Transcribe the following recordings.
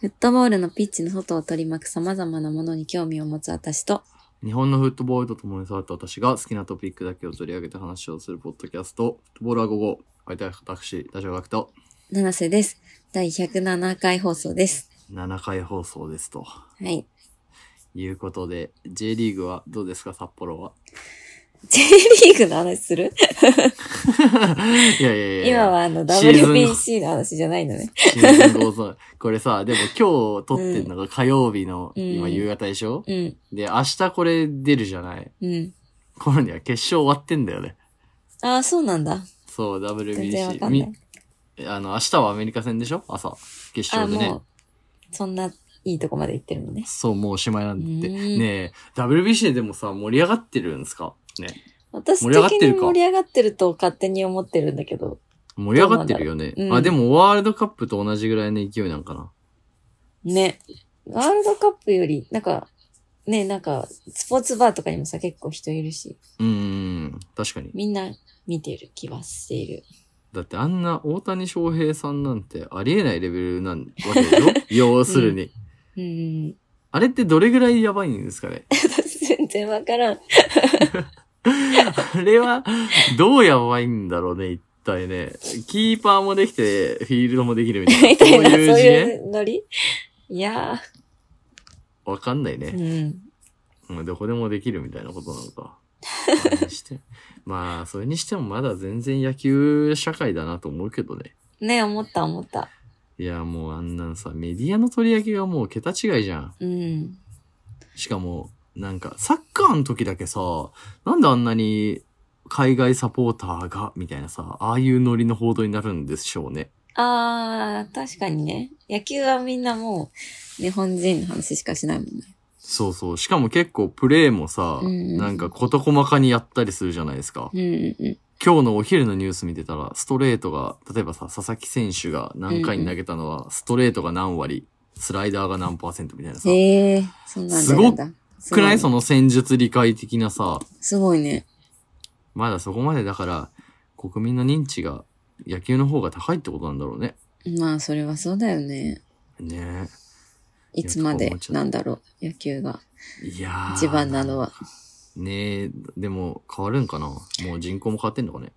フットボールのピッチの外を取り巻く様々なものに興味を持つ私と、日本のフットボールと共に育った私が好きなトピックだけを取り上げて話をするポッドキャスト、フットボールは午後、相手は私、ダジャ学と七瀬です。第107回放送です。 7回放送ですとはい。いうことで、J リーグはどうですか、札幌は。 J リーグの話する いやいやいやいや今はあのシーズンの WBC の話じゃないのね。シーズンゴーズオンこれさ、でも今日撮ってんのが火曜日の、うん今夕方でしょ、うん、で、明日これ出るじゃないうん。このには決勝終わってんだよね。ああ、そうなんだ。そう、全然わ WBC。かんないみ。あの、明日はアメリカ戦でしょ朝。決ああ、勝でね。もう、そんないいとこまで行ってるのね。そう、もうおしまいなんだって。うーんねえ、WBC でもさ、盛り上がってるんですかね。私盛り上がっ的てにるか盛り上がってると勝手に思ってるんだけど。盛り上がってるよどね。うなんだろううんあ、でもワールドカップと同じぐらいの勢いなんかな。ね。ワールドカップより、なんか、ね、なんか、スポーツバーとかにもさ、結構人いるし、うーん、確かに。みんな見てる気はしている。だってあんな大谷翔平さんなんてありえないレベルなんわけでしょ 要するに。うん。あれってどれぐらいやばいんですかね 私全然わからん。あれは、どうやばいんだろうね、一体ね。キーパーもできて、フィールドもできるみたい な。みたいな、そそうういう次い元うノリいやわかんないねー。。うん。まあ、どこでもできるみたいなことなのか。それにして まあ、それにしてもまだ全然野球社会だなと思うけどね。ね、思った思った。いや、もうあんなんさ、メディアの取り上げがもう桁違いじゃん。うん。しかも、なんか、サッカーの時だけさ、なんであんなに海外サポーターが、みたいなさ、ああいうノリの報道になるんでしょうね。あー、確かにね。野球はみんなもう、日本人の話しかしないもんね。そうそう。しかも結構プレーもさ、うんなんか事細かにやったりするじゃないですか。うんうんうん。今日のお昼のニュース見てたら、ストレートが、例えばさ、佐々木選手が何回に投げたのは、ストレートが何割、スライダーが何パーセントみたいなさ、へえー、そんなん出るんだ。すくらいその。の戦術理解的なさ、すごいね。まだそこまでだから、国民の認知が野球の方が高いってことなんだろうね。まあ、それはそうだよね。ねいつまいやでとか思っちゃったなんだろう、野球がえ。いやー。一番なのは。ねえ、でも変わるんかなもう人口も変わってんのかね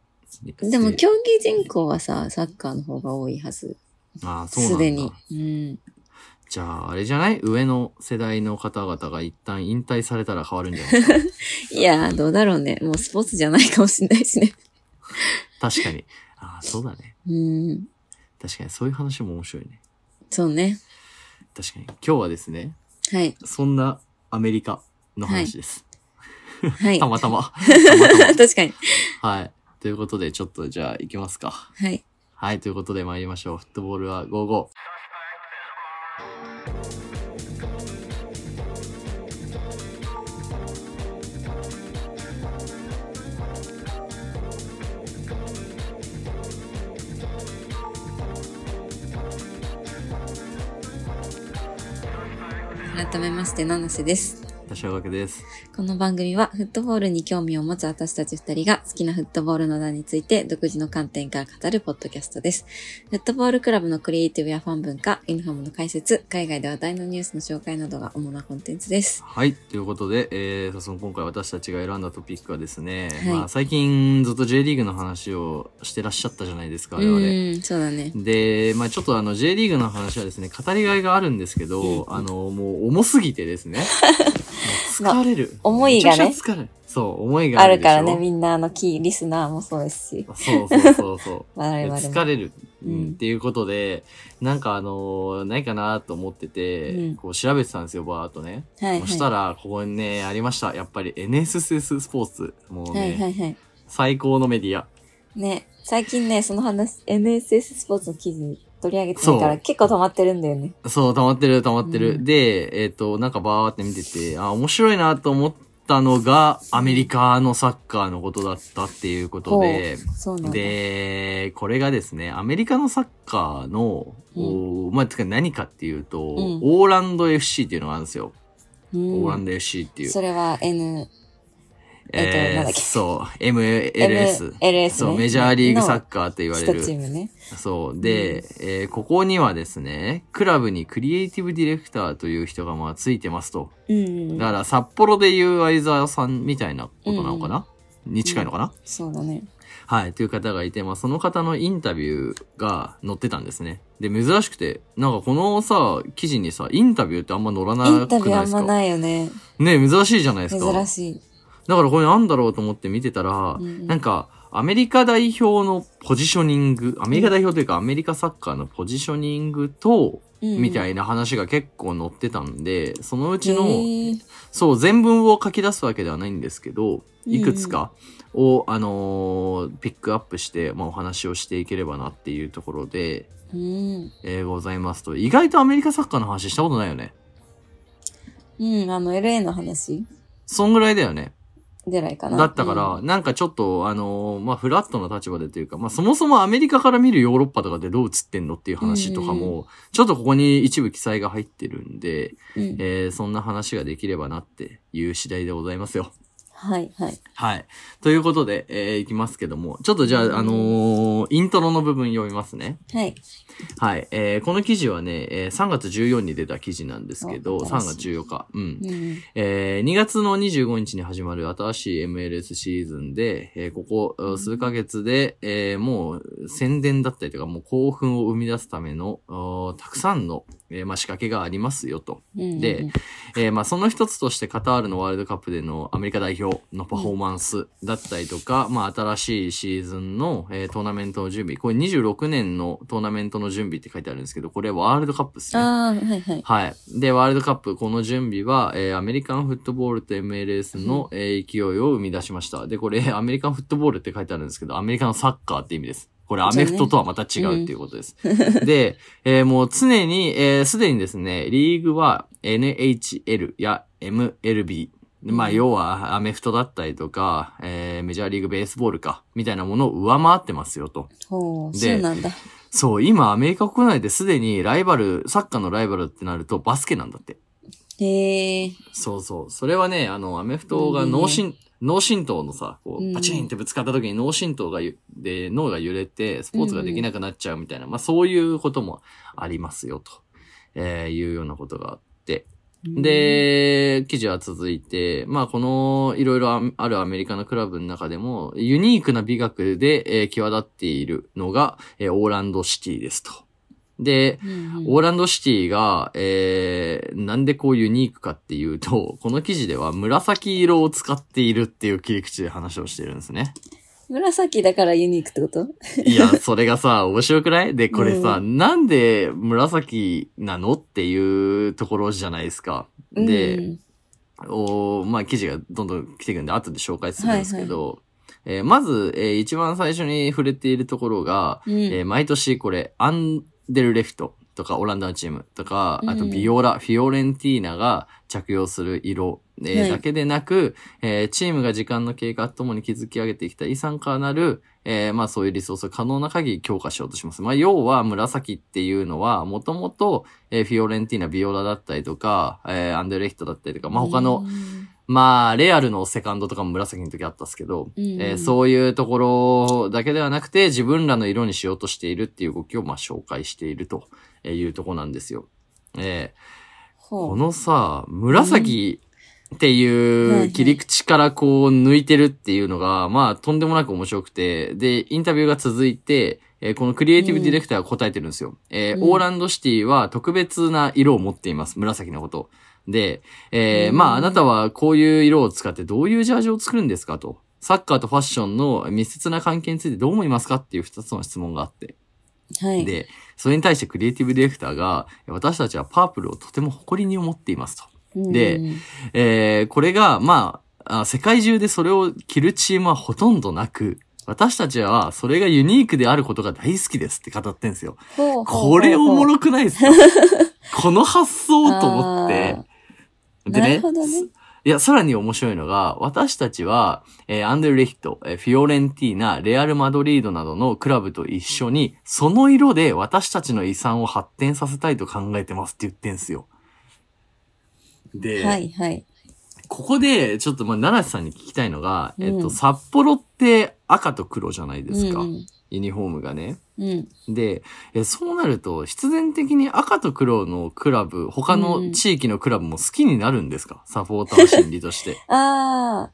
でも日、競技人口はさ、サッカーの方が多いはず。ああ、そうなんだ。すでに。うん。じゃあ、あれじゃない上の世代の方々が一旦引退されたら変わるんじゃないですかいやー、どうだろうね。もうスポーツじゃないかもしれないしね。 確かに。 ああ、そうだね。うん。確かに、そういう話も面白いね。そうね。確かに。今日はですね、はい。そんなアメリカの話です。はい。 た またま。たまた確かに。ま。はい。ということで、ちょっとじゃあ行きますか。はい。はい。ということで参りましょう。フットボールは55。改めまして、七瀬です。私はわけです。この番組は、フットボールに興味を持つ私たち二人が、好きなフットボールの名について、独自の観点から語るポッドキャストです。フットボールクラブのクリエイティブやファン文化、ユニフォームの解説、海外で話題のニュースの紹介などが主なコンテンツです。はい。ということで、えー、その今回私たちが選んだトピックはですね、はいまあ最近ずっと J リーグの話をしてらっしゃったじゃないですか、う我々。ーん、そうだね。で、まあちょっとあの J リーグの話はですね、語りがいがあるんですけど、あの、もう重すぎてで すね。もう疲れる。まあ思いがねめちゃくちゃ疲れる。そう、思いがああるるでしょ。からね、みんな、あの、キー、リスナーもそうですし、そうそうそうそう。 我々も。疲れる、うんうんっていうことで、なんかあのーないかなと思ってて、うんこう調べてたんですよ、バーっとね。はい、はそい。したら、ここにね、ありました。やっぱり NSS スポーツ。もうね、はい、はい、はい。最高のメディア。ね、最近ね、その話、NSS スポーツの記事取り上げてるかそらう結構止まってるんだよね。そう、溜まってる、溜まってうる。んで、えっ、と、なんかバーって見てて、あ、面白いなと思ったのが、アメリカのサッカーのことだったっていうことで、そうなんだ。で、これがですね、アメリカのサッカーの、うんおーまあ、つか何かっていうと、んオーランド FC っていうのがあるんですよ。うんオーランド FC っていう。それは N、えっとなんだっけそう、MLS。 MLS そう、ねメジャーリーグサッカーって言われ一チーる。ムね。そう。で、えーここにはですね、クラブにクリエイティブディレクターという人がまあついてますと。うんうんうだん。から札幌でいう相沢さんみたいなことなのかな、に近いのかな、そうだね。はい、という方がいて、まあ、その方のインタビューが載ってたんですね。で、珍しくて、なんかこのさ、記事にさ、インタビューってあんま載らなインタビくューなあいでんすまかないよね。ね、珍しいじゃないですか。珍しい。だからこれなんだろうと思って見てたら、うんうんなんか、アメリカ代表のポジショニング、アメリカ代表というかアメリカサッカーのポジショニングと、みたいいな話が結構載ってたんで、そのうちへの、ーそう、全文を書き出すわけではないんですけど、うんいくつかを、あのーピックアップして、まあ、お話をしていければなっていうところで、うん。えーございますと、意外とアメリカサッカーの話したことないよね。うん、あの、LA の話そんぐらいだよね。ぐらいかな。だったから、なんかちょっと、あのーまあ、フラットな立場でというか、まあ、そもそもアメリカから見るヨーロッパとかでどう映ってんのっていう話とかも、ちょっとここに一部記載が入ってるんで、うん、うんえーそんな話ができればなっていう次第でございますよ。はい、はい。はい。ということで、えーいきますけども、ちょっとじゃあ、あのーイントロの部分読みますね。はい。はい。えーこの記事はね、えー3月14に出た記事なんですけど、お3新しい月14日。うんう。んうん。えー2月の25日に始まる新しい MLS シーズンで、えーここ数ヶ月で、えーもう宣伝だったりとか、もう興奮を生み出すための、おたくさんの、えーまあ、仕掛けがありますよと。うんうんうんで、えーまあ、その一つとしてカタールのワールドカップでのアメリカ代表のパフォーマンスだったりとか、まあ、新しいシーズンの、えートーナメントの準備、これ26年のトーナメントの準備って書いてあるんですけど、これワールドカップですね。ああ、はい、はい。はい。で、ワールドカップ、この準備は、えーアメリカンフットボールと MLS の、えー勢いを生み出しました。で、これ、 アメリカンフットボールって書いてあるんですけど、アメリカのサッカーって意味です。これ、アメフトとはまた違うっていうことです。 で、えーもう常に、えーすでにですね、リーグは NHL や MLB。まあ、うん要は、アメフトだったりとか、えーメジャーリーグベースボールか、みたいなものを上回ってますよと。ほう、でそうなんだ。そう、今アメリカ国内ですでにライバル、サッカーのライバルってなるとバスケなんだって。へえ。そうそう。それはね、あの、アメフトが脳震、脳震盪のさ、こうんう、パチンってぶつかった時に脳震盪がゆ、で、脳が揺れて、スポーツができなくなっちゃうみたいな、まあそういうこともありますよ、と、えーいうようなことがあって。で、記事は続いて、まあこのいろいろああるアメリカのクラブの中でも、ユニークな美学で、えー際立っているのが、えーオーランドシティですと。で、うん、うんうんオーランドシティが、えー、なんでこうユニークかっていうと、 この記事では紫色を使っているっていう切り口で話をしてるんです ね。紫だからユニークってこといや、それがさ、面白くないで、これさ、うなんで紫なのっていうところじゃないですか。で、うんおまあ、記事がどんどん来てくるんで、後で紹介するんですけど、えーまず、えー一番最初に触れているところが、うんえー毎年これ、アンデルレフトとか、オランダのチームとか、あとうんビオラ、フィオレンティーナが着用する色、えーはいだけでなく、えーチームが時間の経過とともに築き上げてきた遺産からなる、えーまあそういうリソースを可能な限り強化しようとします。まあ要は紫っていうのは、もともと、えーフィオレンティーナ、ビオラだったりとか、えーアンデルレヒトだったりとか、まあ他の、まあ、レアルのセカンドとかも紫の時あったっすけど、うんうんえーそういうところだけではなくて、自分らの色にしようとしているっていう動きを、まあ、紹介しているとえーいうところなんですよ。えーほこうのさ、紫ってはいはいいう切り口からこう抜いてるっていうのが、まあ、とんでもなく面白くて、で、インタビューが続いて、えーこのクリエイティブディレクターが答えてるんですよ。えーうんオーランドシティは特別な色を持っています。紫のこと。で、えーうんまあ、あなたはこういう色を使ってどういうジャージを作るんですかと。サッカーとファッションの密接な関係についてどう思いますかっていう二つの質問があって。はい。で、それに対してクリエイティブディレクターが、私たちはパープルをとても誇りに思っていますと。でうんえーこれが、まあ、あ世界中でそれを着るチームはほとんどなく、私たちはそれがユニークであることが大好きですって語ってんですよ。ほうほうほうこれおもろくない ですかこの発想と思ってあ。でなねるほどねいや、さらに面白いのが、私たちは、えーアンデルレヒト、えーフィオレンティーナ、レアル・マドリードなどのクラブと一緒に、その色で私たちの遺産を発展させたいと考えてますって言ってんすよ。で、はいはい。ここで、ちょっと、まあ、奈良さんに聞きたいのが、うんえっと、札幌って赤と黒じゃないですか。うんユニフォームがね。うん。うんで、えそうなると、必然的に赤と黒のクラブ、他の地域のクラブも好きになるんですか、サポーター心理と して。ああ、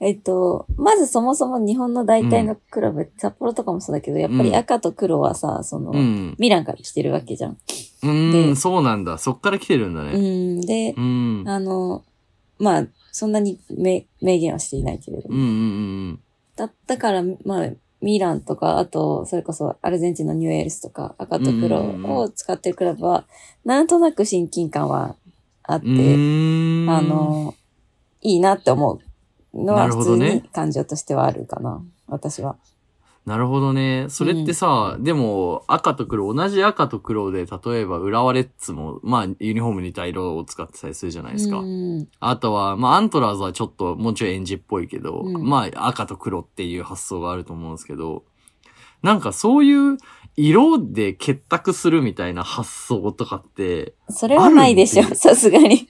えっと、まずそもそも日本の大体のクラブ、札幌とかもそうだけど、やっぱり赤と黒はさ、その、うん。ミランから来てるわけじゃん。うでん、そうなんだ。そっから来てるんだうね。ん、でう、ん。あの、まあ、そんなにめ明言はしていないけれどうんうんうも。んだだから、まあ、ミランとか、あと、それこそアルゼンチンのニューエールスとか、赤と黒うんうんうんを使ってるクラブは、なんとなく親近感はあっうん。うて、ーんあ、の、いいなって思うのはなる普ほ通どねに感情としてはあるかな、私は。なるほどね。それってさ、でも、赤と黒、同じ赤と黒で、例えば、浦和レッズも、まあ、ユニフォームに似た色を使ってたりするじゃないですか。うんあとは、まあ、アントラーズはちょっと、もうちょいエンジっぽいけど、うんまあ、赤と黒っていう発想があると思うんですけど、なんかそういう色で結託するみたいな発想とかって、それはないでしあるんょ、さすがに。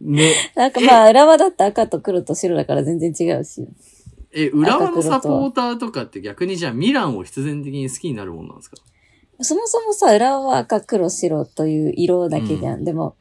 ね、なんかまあ、浦和だって赤と黒と白だから全然違うし。え、浦和のサポーターとかって逆にじゃあミランを必然的に好きになるもんなんですかそもそもさ、浦和は赤黒白という色だけじゃん。でも、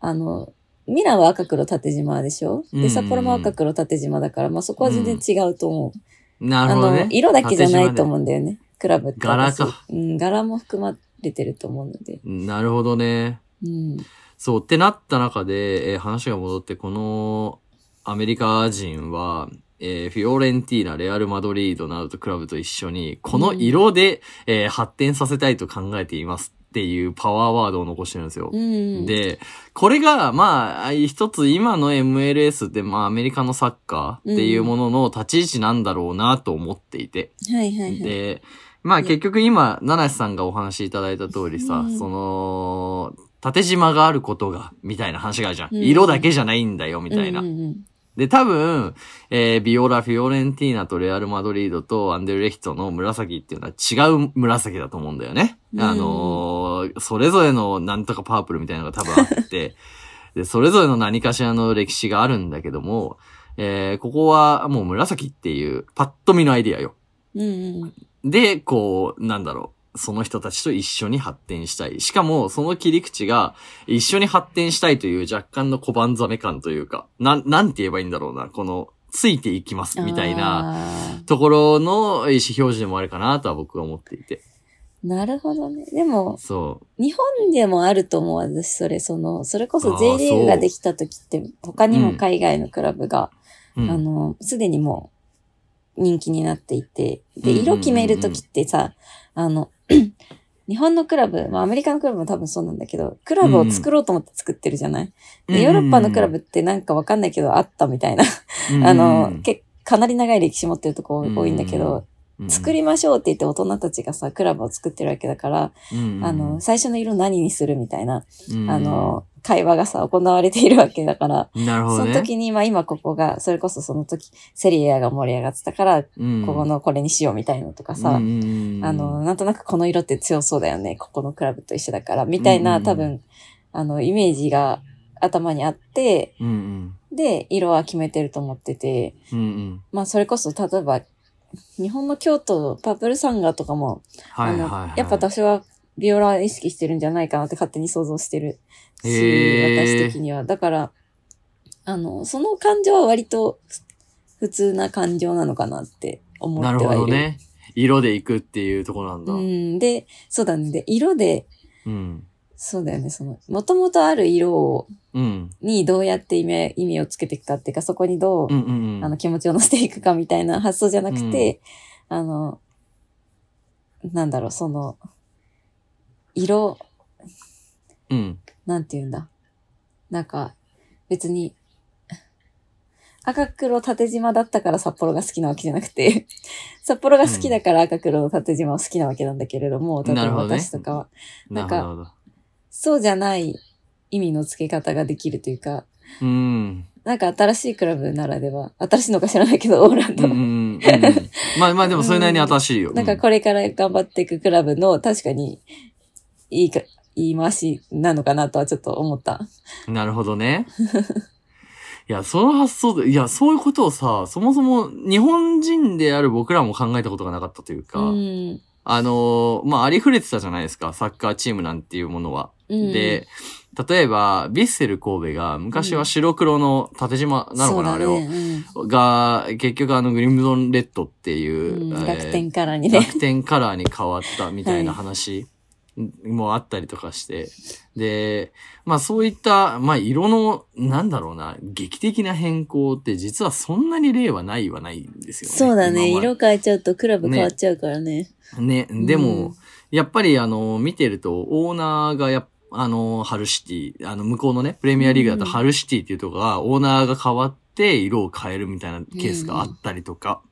あの、ミランは赤黒縦縞でしょ、うんうんうで、ん札幌も赤黒縦縞だから、まあそこは全然違うと思う。なるあほどねの、。色だけじゃないとう。思うんだよね。クラブって私。柄かうん、柄も含まれてると思うので。なるほどね。うん。そう、ってなった中で、えー話が戻って、このアメリカ人は、えーフィオレンティーナ、レアル・マドリードなどとクラブと一緒に、この色で、えー発展させたいと考えていますっていうパワーワードを残してるんですよ。うん。、で、これが、まあ、一つ今の MLS って、まあ、アメリカのサッカーっていうものの立ち位置なんだろうなと思っていて。はいはいはい。で、まあ結局今、七瀬さんがお話しいただいた通りさ、うんその、縦縞があることが、みたいな話があるじゃん。うん色だけじゃないんだよ、みたいな。うんうんうんで、多分、えービオラ・フィオレンティーナとレアル・マドリードとアンデル・レヒトの紫っていうのは違う紫だと思うんだよね。うんあのーそれぞれのなんとかパープルみたいなのが多分あって、 で、それぞれの何かしらの歴史があるんだけども、えーここはもう紫っていう、パッと見のアイディアよ。うんうん。で、こう、なんだろう。その人たちと一緒に発展したい。しかも、その切り口が、一緒に発展したいという若干の小判ざめ感というか、なん、なんて言えばいいんだろうな。この、ついていきます、みたいな、な。ところの意思表示でもあるかなとは僕は思っていて。なるほどね。でも、そ日本でもあると思う、私、それ、その、それこそあー J リーそグうができた時って、他にも海外のクラブが、う。うんあの、すでにもう人気になっていて、で、うんうんうん色決める時ってさ、あの、 日本のクラブ、まあアメリカのクラブも多分そうなんだけど、クラブを作ろうと思って作ってるじゃない、で、ヨーロッパのクラブっ、てなんかわかんないけど、あったみたいな。うん あの、けかなり長い歴史持ってるとこ多いんだけど、、作、りましょうって言って大人たちがさ、クラブを作ってるわけだから、うんうんうんあの、、最初の色何にするみたいな、うんあ、の、会話がさ、行われているわけだから、なるほどそね。の時に、まあ今ここが、それこそその時、セリエ A が盛り上がってたから、こうん、このこれにしようみたいのとかさ、うんうんうんあの、、なんとなくこの色って強そうだよね、ここのクラブと一緒だから、みたいうんうんな、うん多分、あの、イメージが頭にあって、うんうん。で、色は決めてると思ってて、うんうん。まあそれこそ、例えば、日本の京都、パープルサンガーとかも、はいはい、あはのい。やっぱ私はビオラ意識してるんじゃないかなって勝手に想像してるし、へー私的には。だから、あの、その感情は割と普通な感情なのかなって思なっるてほはいる。どね。色で行くっていうところなんだ。ううん。ん。で、そうだね。で、色で、うん。そうだよね。その、もともとある色を、うん。にどうやって意味意味をつけていくかっていうか、そこにどう、うんうん。あの、気持ちを乗せていくかみたいな発想じゃなくて、あの、なんだろう、その、色、うん。なんて言うんだ。なんか、別に、赤黒縦縞だったから札幌が好きなわけじゃなくて、 札幌が好きだから赤黒の縦縞は好きなわけなんだけれども、例えなるばほどね私とかは、なんなかるほど。そうじゃない意味の付け方ができるというか、うん。なんか新しいクラブならでは、新しいのか知らないけど、オーランうんうドんう。ん。うんまあまあでもそれなりに新しいよ。なんかこれから頑張っていくクラブの確かにいいか、言い回しなのかなとはちょっと思った。 うんなるほどね。いや、その発想で、いや、そういうことをさ、そもそも日本人である僕らも考えたことがなかったというか、うん。あのーまあ、ありふれてたじゃないですか、サッカーチームなんていうものは。うんで、例えば、ヴィッセル神戸が昔は白黒の縦縞なのかな、あれそうだ。をねが、結局あの、グリムゾンレッドっていうんう、うえんー楽天からにね。楽天カラーに変わったみたいな話もあったりとかして。で、まあそういった、まあ色の、なんだろうな、劇的な変更って実はそんなに例はないはないんですよね。そうだね。今まで色変えちゃうとクラブ変わっちゃうからね。ね、んでも、やっぱりあの、見てると、オーナーがやっあの、ハルシティ、あの、向こうのね、プレミアリーグだとうんハルシティっていうとこが、オーナーが変わって、色を変えるみたいなケースがあったりとか、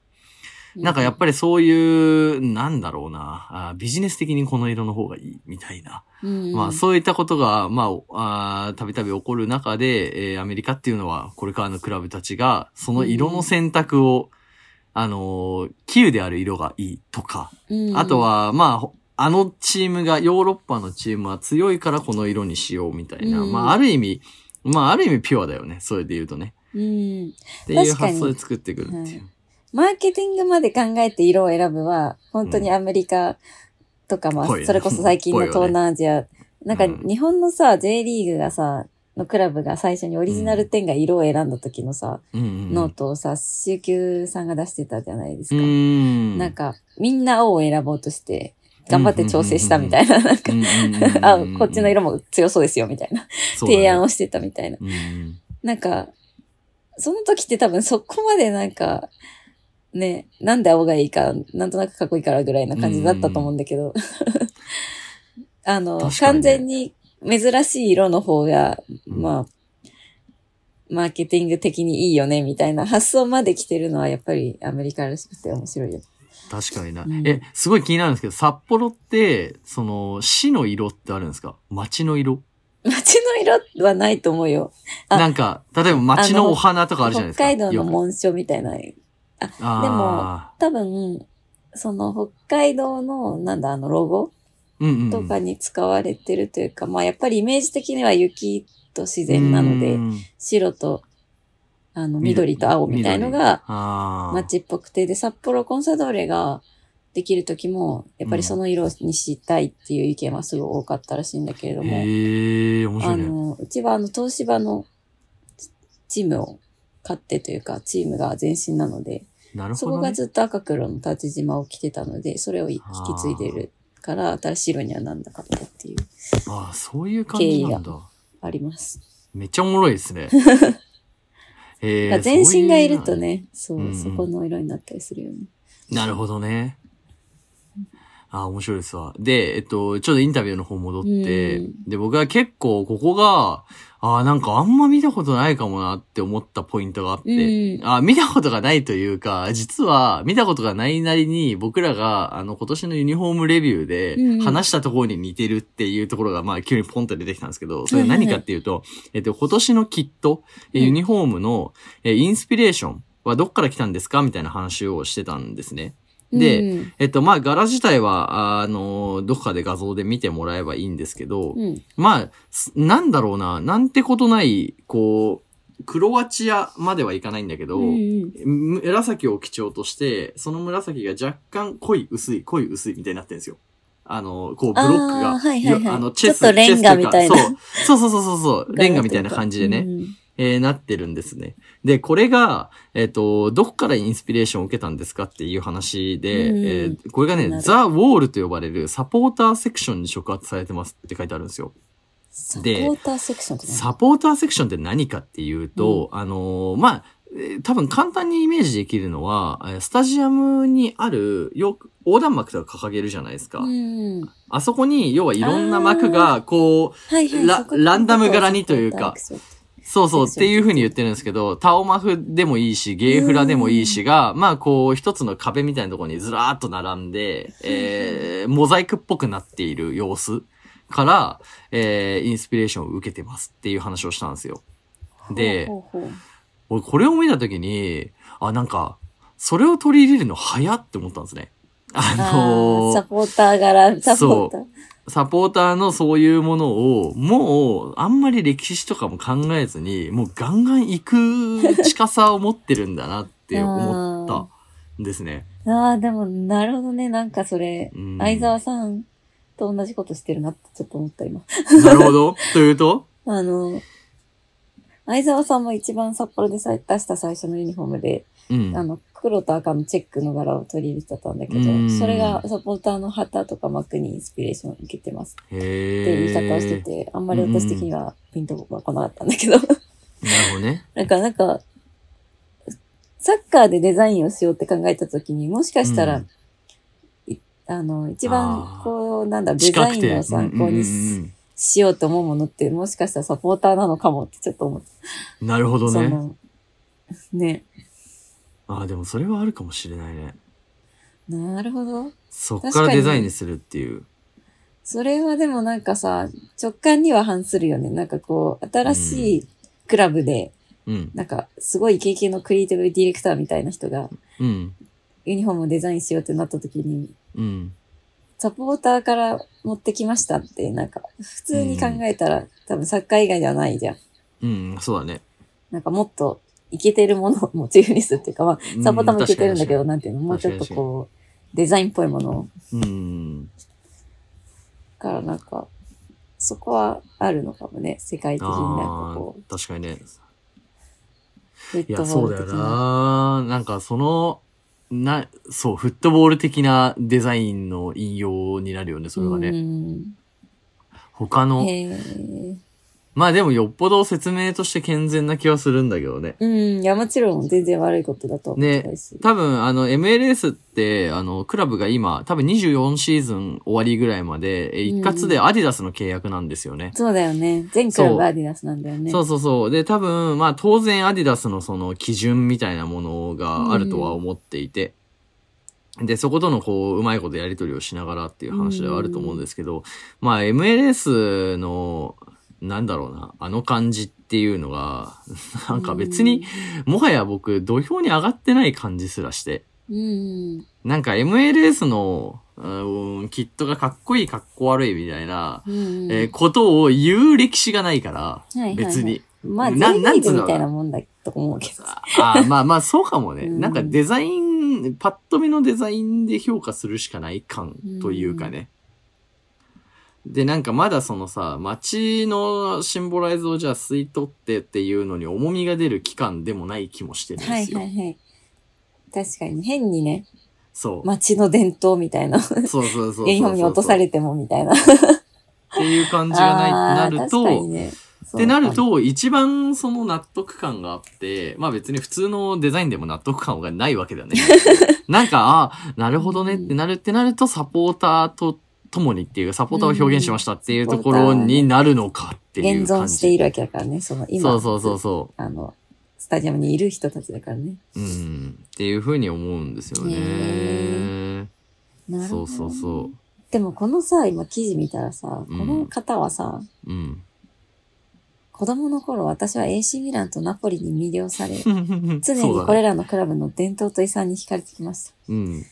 なんかやっぱりそういう、なんだろうな、あビジネス的にこの色の方がいい、みたいな。り、うんまあそういったことが、まああー、たびたび起こる中で、えーアメリカっていうのは、これからのクラブたちが、その色の選択を、あのー、キーである色がいいとか、うんあと、は、まあほ、あのチームが、ヨーロッパのチームは強いからこの色にしようみたいな。うんまあ、ある意味、まあ、ある意味ピュアだよね。それで言うとね。うん。っていう確かに発想で作ってくるっていう。マーケティングまで考えて色を選ぶは、本当にアメリカとか、まあぽい、ねそれこそ最近の東南アジア。なんかうん日本のさ、J リーグがさ、のクラブが最初にオリジナル10が色を選んだ時のさ、うんうんうノんー。トをさ、週休さんが出してたじゃないですうか。ん。なんか、みんな青を選ぼうとして、頑張って調整したみたいな、なんかうん、うんうんうん あ、こっちの色も強そうですよ、みたいな。提案を。をしてたみたいな。うんうんなんか、その時って多分そこまでなんか、ね、なんで青がいいか、なんとなくかっこいいからぐらいな感じだったと思うんだけど、 あの、確かに完ね全に珍しい色の方が、うんまあ、マーケティング的にいいよね、みたいな発想まで来てるのはやっぱりアメリカらしくて面白いよ。確かになう。んえ、すごい気になるんですけど、札幌って、その、市の色ってあるんですか街の色街の色はないと思うよ。あなんか、例えば街あののお花とかあるじゃないです北か。海道のよ紋章みたいなくあ多分、その北海道の、なんだ、あのロゴーうんうん。とかに使われてるというか、まあやっぱりイメージ的には雪と自然なので、うん白と、あの、緑と青みたいのが、あー街っぽくて、で、札幌コンサドーレができる時も、やっぱりその色にしたいっていう意見はすごい多かったらしいんだけれども、へえー、面白あいね。の、うちはあの、東芝のチームを買ってというか、チームが前身なので、なるそほこど、がね。ずっと赤黒の縦縞を着てたので、それを引き継いでるから、新しい色にはなんなかったっていう、ああ、そういう感じなんだ。あります。めっちゃおもろいで すね。えだから全身がいると。ね、そうういうのはねそうんうんこの色になったりするよね。そういうなるほどね。ああ、面白いですわ。で、えっと、ちょっとインタビューの方戻って、うんで、僕は結構ここが、ああ、なんかあんま見たことないかもなって思ったポイントがあって、うんあ、見たことがないというか、実は見たことがないなりに僕らがあの今年のユニフォームレビューうんで話したところに似てるっていうところがまあ急にポンと出てきたんですけど、それは何かっていうと、えっと今年のキット、えうんユニフォームのえインスピレーションはどっから来たんですかみたいな話をしてたんですね。でうんえっと、まあ、柄自体は、あの、どっかで画像で見てもらえばいいんですけど、うん、まあ、すなんだろうな、なんてことない、こう、クロアチアまではいかないんだけど、うんうんむ紫を基調として、その紫が若干濃い薄い、濃い薄いみたいになってるんですよ。あの、こうブロックあーが、はいはいはいよあの、チェス、ちょっとレンガチェスといみたうかいなそうそうそうそうそう そう、レンガみたいな感じでね、うんえーなってるんですね。で、これが、えっ、と、どっからインスピレーションを受けたんですかっていう話で、うんえーこれがなね、るザ・ウォールと呼ばれるサポーターセクションに触発されてますって書いてあるんですよ。サポでーターセクションってサポーターセクションって何かっていうと、あのーまあ、えー多分簡単にイメージできるのは、えースタジアムにある、よく、横断幕とか掲げるじゃないですか。うん、はあそこに、要はいろんな幕が、こう、いはいラそこランダム柄にというかサポーターセクションってそうそうっセクションていうふうに言ってるんですけど、タオマフでもいいし、ゲーフラでもいいしが、まあこう一つの壁みたいなところにずらーっと並んで、えー、モザイクっぽくなっている様子から、えー、インスピレーションを受けてますっていう話をしたんですよ。でほうほうほう俺これを見たときに、あ、なんか、それを取り入れるの早って思ったんですね。ああーのーサポーター柄、サポーター。サポーターのそういうものを、もう、あんまり歴史とかも考えずに、もうガンガン行く近さを持ってるんだなって思ったんですね。ああ、でも、なるほどね。なんかそれ、うん相沢さんと同じことしてるなってちょっと思った今。なるほど。というとあの、相沢さんも一番札幌でさ出した最初のユニフォームで、うん。あの、黒と赤のチェックの柄を取り入れてたんだけうんど、それがサポーターの旗とか幕にインスピレーションを受けてますへっていうえ。言い方をしてて、あんまり私的にはピンとは来なかったんだけど。なるほどね。なんか、なんか、サッカーでデザインをしようって考えたときに、もしかしたら、うんいあの、一あ番ー、こう、なんだ、デ近ザくイて。ンを参考にうんうんうんししようと思うものって、もしかしたらサポーターなのかもってちょっと思って、うんなるほどそね。の、ね、ああ、でもそれはあるかもしれないね。なるほど。そっ確かからにデザインにするっていう。それはでもなんかさ、直感には反するよね。なんかこう、新しいクラブで、うん。なんか、すごいイケイケのクリエイティブディレクターみたいな人が、うん。ユニフォームをデザインしようってなったときに、うん。サポーターから持ってきましたって、なんか、普通に考えたら、多分サッカー以外ではないじゃん。うん。そうだね。なんかもっと、いけてるものをモチーフにするっていうか、まあ、サポーターもいけてるんだけど、うなんていうの、もうちょっと確かにこう、デザインっぽいものを確かにうん。からなんか、そこはあるのかもね、世界的になんかあこあ、確かにね。う、フいッや、トボそーうルだよ的な。な。なんかその、な、そう、フットボール的なデザインの引用になるよね、それはね。うん他の、へえ。まあでもよっぽど説明として健全な気はするんだけどね。うん、いや、もちろん全然悪いことだと思ってないし。多分、あの、MLS って、あの、クラブが今、多分24シーズン終わりぐらいまで、え一括でアディダスの契約なんですよね。そうだよね。全クラそうブアディダスなんだよね。そうそうそう。で、多分、まあ当然アディダスのその基準みたいなものがあるとは思っていて、で、そことのこう、うまいことやり取りをしながらっていう話ではあると思うんですけど、まあ MLS の、なんだろうな、あの感じっていうのが、 なんか別に、もはや僕、土俵に上がってない感じすらして、うん。うん。なんか MLS の、うん、キットがかっこいい、かっこ悪いみたいな、うん。えーことを言う歴史がないから、はいはいはい別に。まあ、な J リなんーつうグのみたいなもんだと思うけど。あーまあまあ、そうかもね。うんなんかデザイン、パッと見のデザインで評価するしかない感というかね。で、なんかまだそのさ、街のシンボライズをじゃあ吸い取ってっていうのに重みが出る期間でもない気もしてるんはでいすよ。はいはい。確かに、変にね、そう。街の伝統みたいな、そうそうそうそうそう。ユニフォームに落とされてもみたいな。っていう感じがないあっあてー、なる確かにと、ね。そっうかてなる、と、一番その納得感があって、まあ別に普通のデザインでも納得感がないわけ だよね。なんか、あなるほどねってなるってなると、サポーターと共にっていう、サポーターを表現しましたっていうところになるのかってい現う感存じ。しているわけだからね、その今、そうそうそうそあの、スタジアムにいる人たちだからね。う。うん。っていうふうに思うんですよへね。なるほそど。うそうそでもこのさ、今記事見たらさ、うんこの方はさ、う。うん。子供の頃私は AC ミランとナポリに魅了され、常常にこれらのクラブの伝統と遺産に惹かれてきました。うん。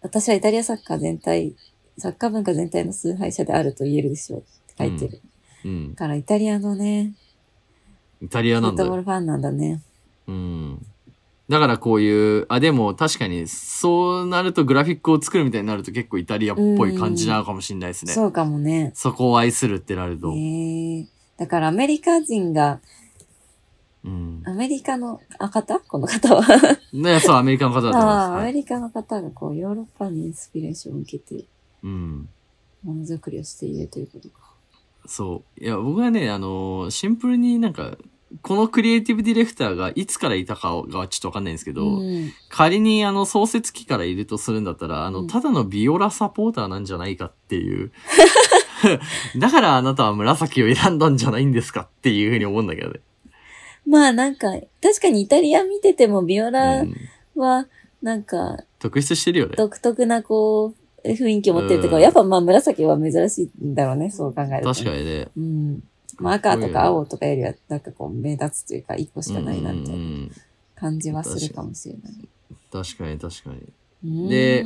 私はイタリアサッカー全体、サッカー文化全体の崇拝者であると言えるでしょうって書いてる。うんだ。からイタリアのね、イタリアフなッんだトよボー。ルファンなんだね。うん。だからこういう、あ、でも確かにそうなるとグラフィックを作るみたいになると結構イタリアっぽい感じなのかもしれないですね。そうかもね。そこを愛するってなるえと。ー、だからアメリカ人が、うん。アメリカの、あ、方この方は。ね、そう、アメリカの方だと思いまあす。あ、アはメい、リカの方がこう、ヨーロッパにインスピレーションを受けて、うん。ものづくりをしているということか。そう。いや、僕はね、あのーシンプルになんか、このクリエイティブディレクターがいつからいたかがちょっとわかんないんですけど、ん、仮にあの創設期からいるとするんだったら、あうの、んただのビオラサポーターなんじゃないかっ ていう。だからあなたは紫を選んだんじゃないんですかっていうふうに思うんだけどね。まあなんか、確かにイタリア見ててもビオうラん、は、なんか、特筆してるよね。独特なこう、雰囲気を持ってるとか、うんやっぱまあ紫は珍しいんだろうね、そう考えると。確かにね。に。うん。まあ赤とか青とかよりは、なんかこう、目立つというか、一個しかないな、みたいうんうなんうん感じはするかもしれない。確かに確かに。うんで、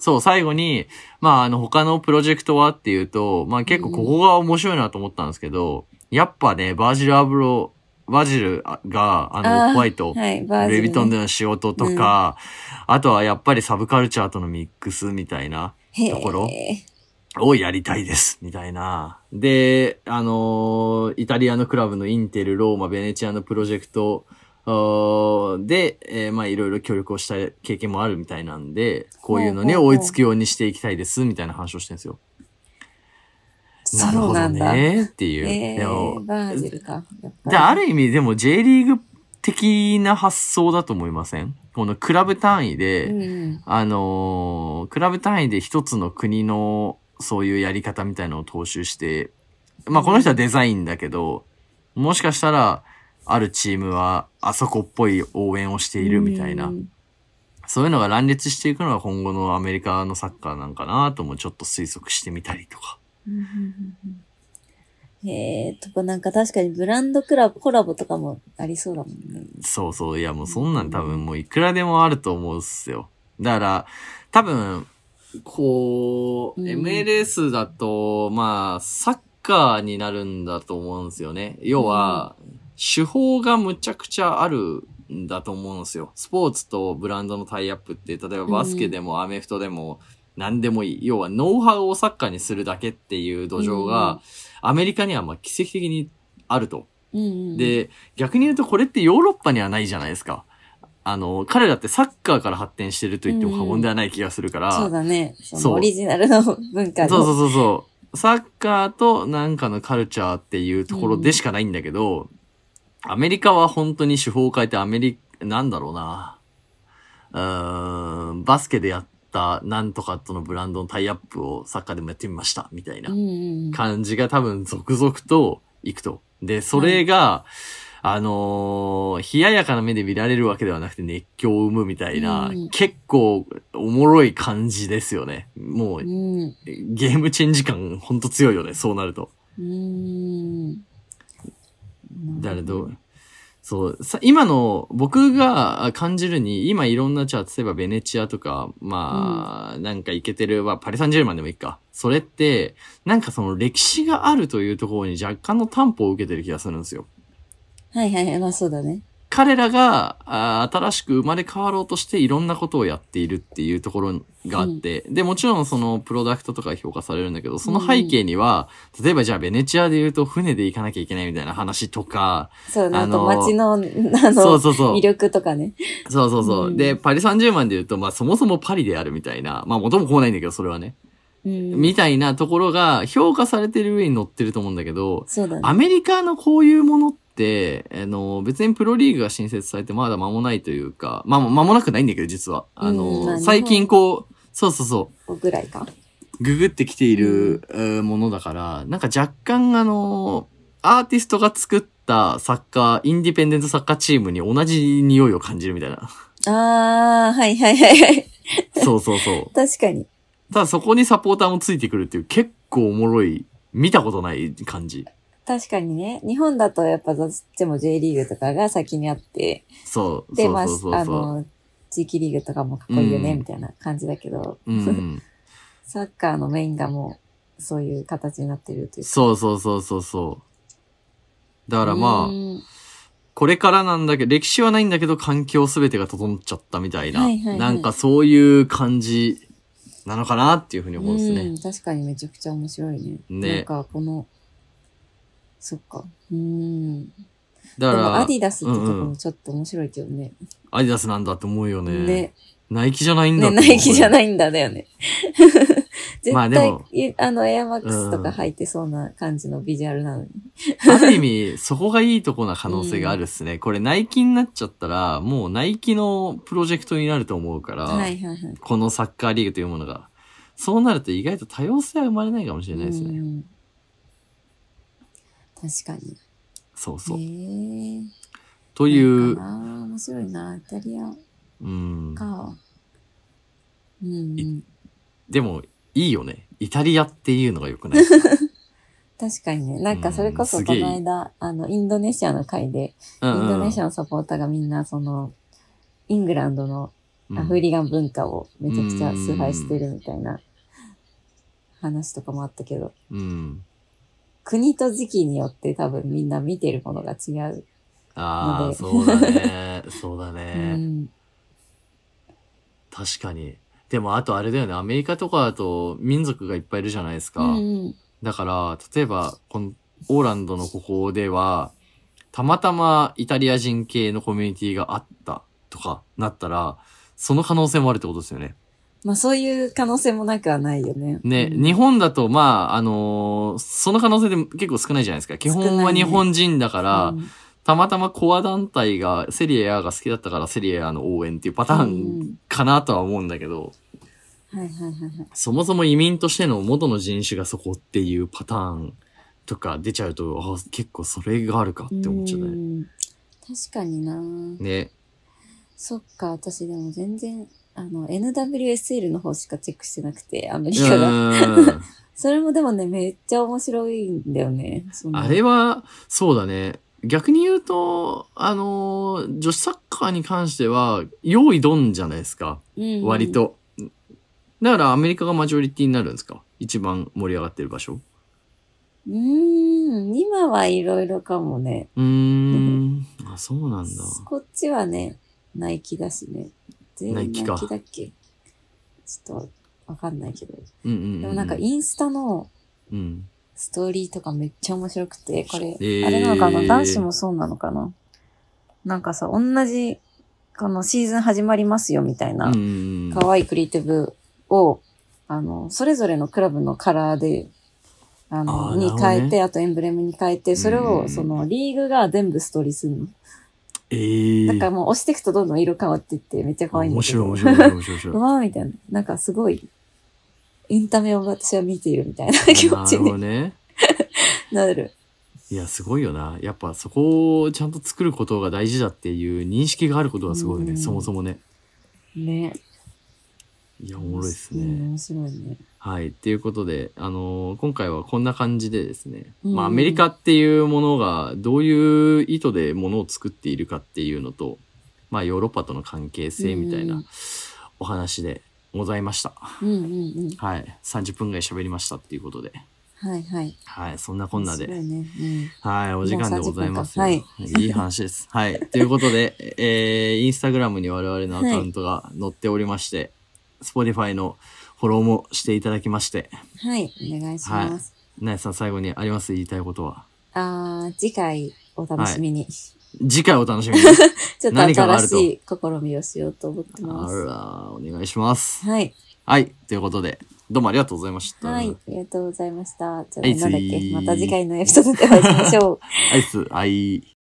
そう、最後に、まあ、あの、他のプロジェクトはっていうと、まあ結構ここが面白いなと思ったんですけど、やっぱね、バージル・アブロ、バージルが、ああーの、ホワイト、はい、バージルルねイ・ヴィトンでの仕事とか、あとはやっぱりサブカルチャーとのミックスみたいな、へーところをやりたいです、みたいな。で、あのーイタリアのクラブのインテル、ローマ、ベネチアのプロジェクト、あーで、えーまあいろいろ協力をした経験もあるみたいなんで、こういうのにほうほう追ほういつくようにしていきたいです、みたいな話をしてるんですよ。そうなんだ。るほえどね、っていう。でー、もバージルか。やっぱりで、ある意味、でも J リーグ的な発想だと思いませんこのクラブ単位で、うんあのークラブ単位で一つの国のそういうやり方みたいのを踏襲して、まあこの人はデザインだけど、もしかしたら、あるチームはあそこっぽい応援をしているみたいな、うんそういうのが乱立していくのが今後のアメリカのサッカーなんかなともちょっと推測してみたりとか。うんうんうんうんえー、とか、なんか確かにブランドクラブ、コラボとかもありそうだもんね。そうそう、いやもうそんなん多分もういくらでもあると思うっすよ。だから、多分、こう、うん MLS だと、まあ、サッカーになるんだと思うんですよね。要は、手法がむちゃくちゃあるんだと思うんですよ。スポーツとブランドのタイアップって、例えばバスケでもアメフトでも、何でもいい。要は、ノウハウをサッカーにするだけっていう土壌うんが、アメリカにはまあ奇跡的にあると。うんうん、で、逆に言うとこれってヨーロッパにはないじゃないですか。あの、彼らってサッカーから発展してると言っても過言ではない気がするから。そうだね。そそのうオリジナルの文化のそうそうそうそう。サッカーとなんかのカルチャーっていうところでしかないんだけど、アメリカは本当に手法を変えてアメリ、なんだろうな。うーん、バスケでやったなんとかとのブランドのタイアップをサッカーでもやってみました、みたいな。うんうんうん、感じが多分続々といくと。で、それが、あのー冷ややかな目で見られるわけではなくて熱狂を生むみたいな、うん結構おもろい感じですよね。もう、うん。ゲームチェンジ感ほんと強いよね、そうなると。うん。誰どうそうさ今の僕があ感じるに今いろんなじゃあ例えばベネチアとかまあ、なんかいけてる、まあ、パリ・サンジェルマンでもいいかそれってなんかその歴史があるというところに若干の担保を受けてる気がするんですよ。はいはいはい、まあそうだね。彼らがあー新しく生まれ変わろうとしていろんなことをやっているっていうところがあって、でもちろんそのプロダクトとか評価されるんだけどその背景には、例えばじゃあベネチアで言うと船で行かなきゃいけないみたいな話とか、そうだね。あとあの街の、あの、そうそうそう魅力とかね。そうそうそうう。んで、パリ・サンジェルマンで言うと、まあそもそもパリであるみたいな、まあ元もこうないんだけど、それはね。うん。みたいなところが評価されてる上に乗ってると思うんだけど、そうだね。アメリカのこういうものって、あの、別にプロリーグが新設されてまだ間もないというか、まあ間もなくないんだけど、実は。あうんまあの、最近こう、そうそうそう。ぐらいか。ググってきているえーものだから、なんか若干あの、アーティストが作ったサッカー、インディペンデントサッカーチームに同じ匂いを感じるみた いな。あー、はいはいはいはい。そうそうそう。確かに。ただそこにサポーターもついてくるっていう結構おもろい、見たことない感じ。確かにね。日本だとやっぱどっちも J リーグとかが先にあって、そう。で、そうまあ、そうそうあその、地域リーグとかもかっこいいよね、うんみたいな感じだけど、う。うん。サッカーのメインがもう、そういう形になってるというか。そうそうそうそうそう。だからまうあ、んこれからなんだけど、歴史はないんだけど環境すべてが整っちゃったみたいな、はいはいはいなんかそういう感じなのかなっていうふうに思うんですうね。ん確かにめちゃくちゃ面白いね。ねなんかこの、そっか。うん。でだかもらアデ、ィダスってとこうんうもんちょっと面白いけどね。アディダスなんだって思うよね。ね。ナイキじゃないんだね、っナて思うイキじゃないんだだよね。絶対、 まああ、でもの、エアマックスとか履いてそうな感じのビジュアルなのに。ある意味、そこがいいとこな可能性があるっすね。これ、ナイキになっちゃったら、もうナイキのプロジェクトになると思うから、はいはいはい。このサッカーリーグというものが。そうなると意外と多様性は生まれないかもしれないですね。うん確かに。そうそう。へえ。とという、面白いな。イタリアうん。か。うんうん。でも、いいよね。イタリアっていうのが良く ないですか確かにね。なんかそれこうそんすこげえの間、あの、インドネシアの会で、うイんうんンドネシアのサポーターがみんなその、イングランドのうんアフリカン文化をめちゃくちゃ崇拝してるみたいな話とかもあったけど、うん。国と時期によって多分みんな見てるものが違う。あのあ、でそう だね。そうだうね。ん。確かに。でも、あとあれだよね。アメリカとかだと民族がいっぱいいるじゃないですか。うんだから、例えば、この、オーランドのここでは、たまたまイタリア人系のコミュニティがあったとかなったら、その可能性もあるってことですよね。まあそういう可能性もなくはないよね。ね、うん日本だと、まあ、あのーその可能性でも結構少ないじゃないですか。基本は日本人だから、うんたまたまコア団体が、セリエ A が好きだったからセリエ A の応援っていうパターうンんかなとは思うんだけど、はいはいはいはい。そもそも移民としての元の人種がそこっていうパターンとか出ちゃうと、あ結構それがあるかって思っちゃうね。うん確かになね。そっか、私でも全然、あの、NWSL の方しかチェックしてなくて、アメうリカが。ーん。それもでもね、めっちゃ面白いんだよね。そのあれは、そうだね。逆に言うと、あのー女子サッカーに関しては、用意ドンじゃないですか。うん割。と。だからアメリカがマジョリティになるんですか一番盛り上がってる場所。うーん、今はいろいろかもね。うーん。あ、そうなんだ。こっちはね、ナイキだしね。全員ナナイイキキかだっけちょっとわかんないけど。うんうん、うん。でもなんかインスタのうん。ストーリーとかめっちゃ面白くて、これ、ーあれなのかな男子もそうなのかななんかさ、同じ、このシーズン始まりますよみたいなうん、うんうん。可愛いクリエイティブを、あの、それぞれのクラブのカラーで、あの、あーなるにほどね変えて、あとエンブレムに変えて、それうんを、その、リーグが全部ストーリーするの。えー、だからもう押していくとどんどん色変わっていって、めっちゃ可愛いん面だけど白い面白い面白い面白うい。わーみたいな。なんかすごい、エンタメを私は見ているみたいな 気持なるちほどにね。なる。いや、すごいよな。やっぱそこをちゃんと作ることが大事だっていう認識があることがすごいよね。うんそもそもね。ね。いや、おもろいですうんね。面白いね。はい。っていうことで、あのー今回はこんな感じでですね。うんまあ、アメリカっていうものがどういう意図でものを作っているかっていうのと、まあ、ヨーロッパとの関係性みたいうんうなんお話でございました。うんうんうん。はい。30分ぐらい喋りましたっていうことで。はいはい。はい。そんなこんなで。面白いね。うん。はい、お時間でございますよ。もうい30い話です。 はい。ということで、えー、インスタグラムに我々のアカウントが載っておりまして、Spotify のフォローもしていただきまして、はい。お願いします。なやさん最後にあります言いたいことはあー次回お楽しみに。次回お楽 しみに。ちょっと何かがあ新るしとい試みをしようと思ってまあす。ら、お願いします。はい。はい。ということで、どうもありがとうございました。はい。ありがとうございました。じゃはあ、いなんだっ次けまた次回のエピソードでお会いしましょう。アイス、アイ。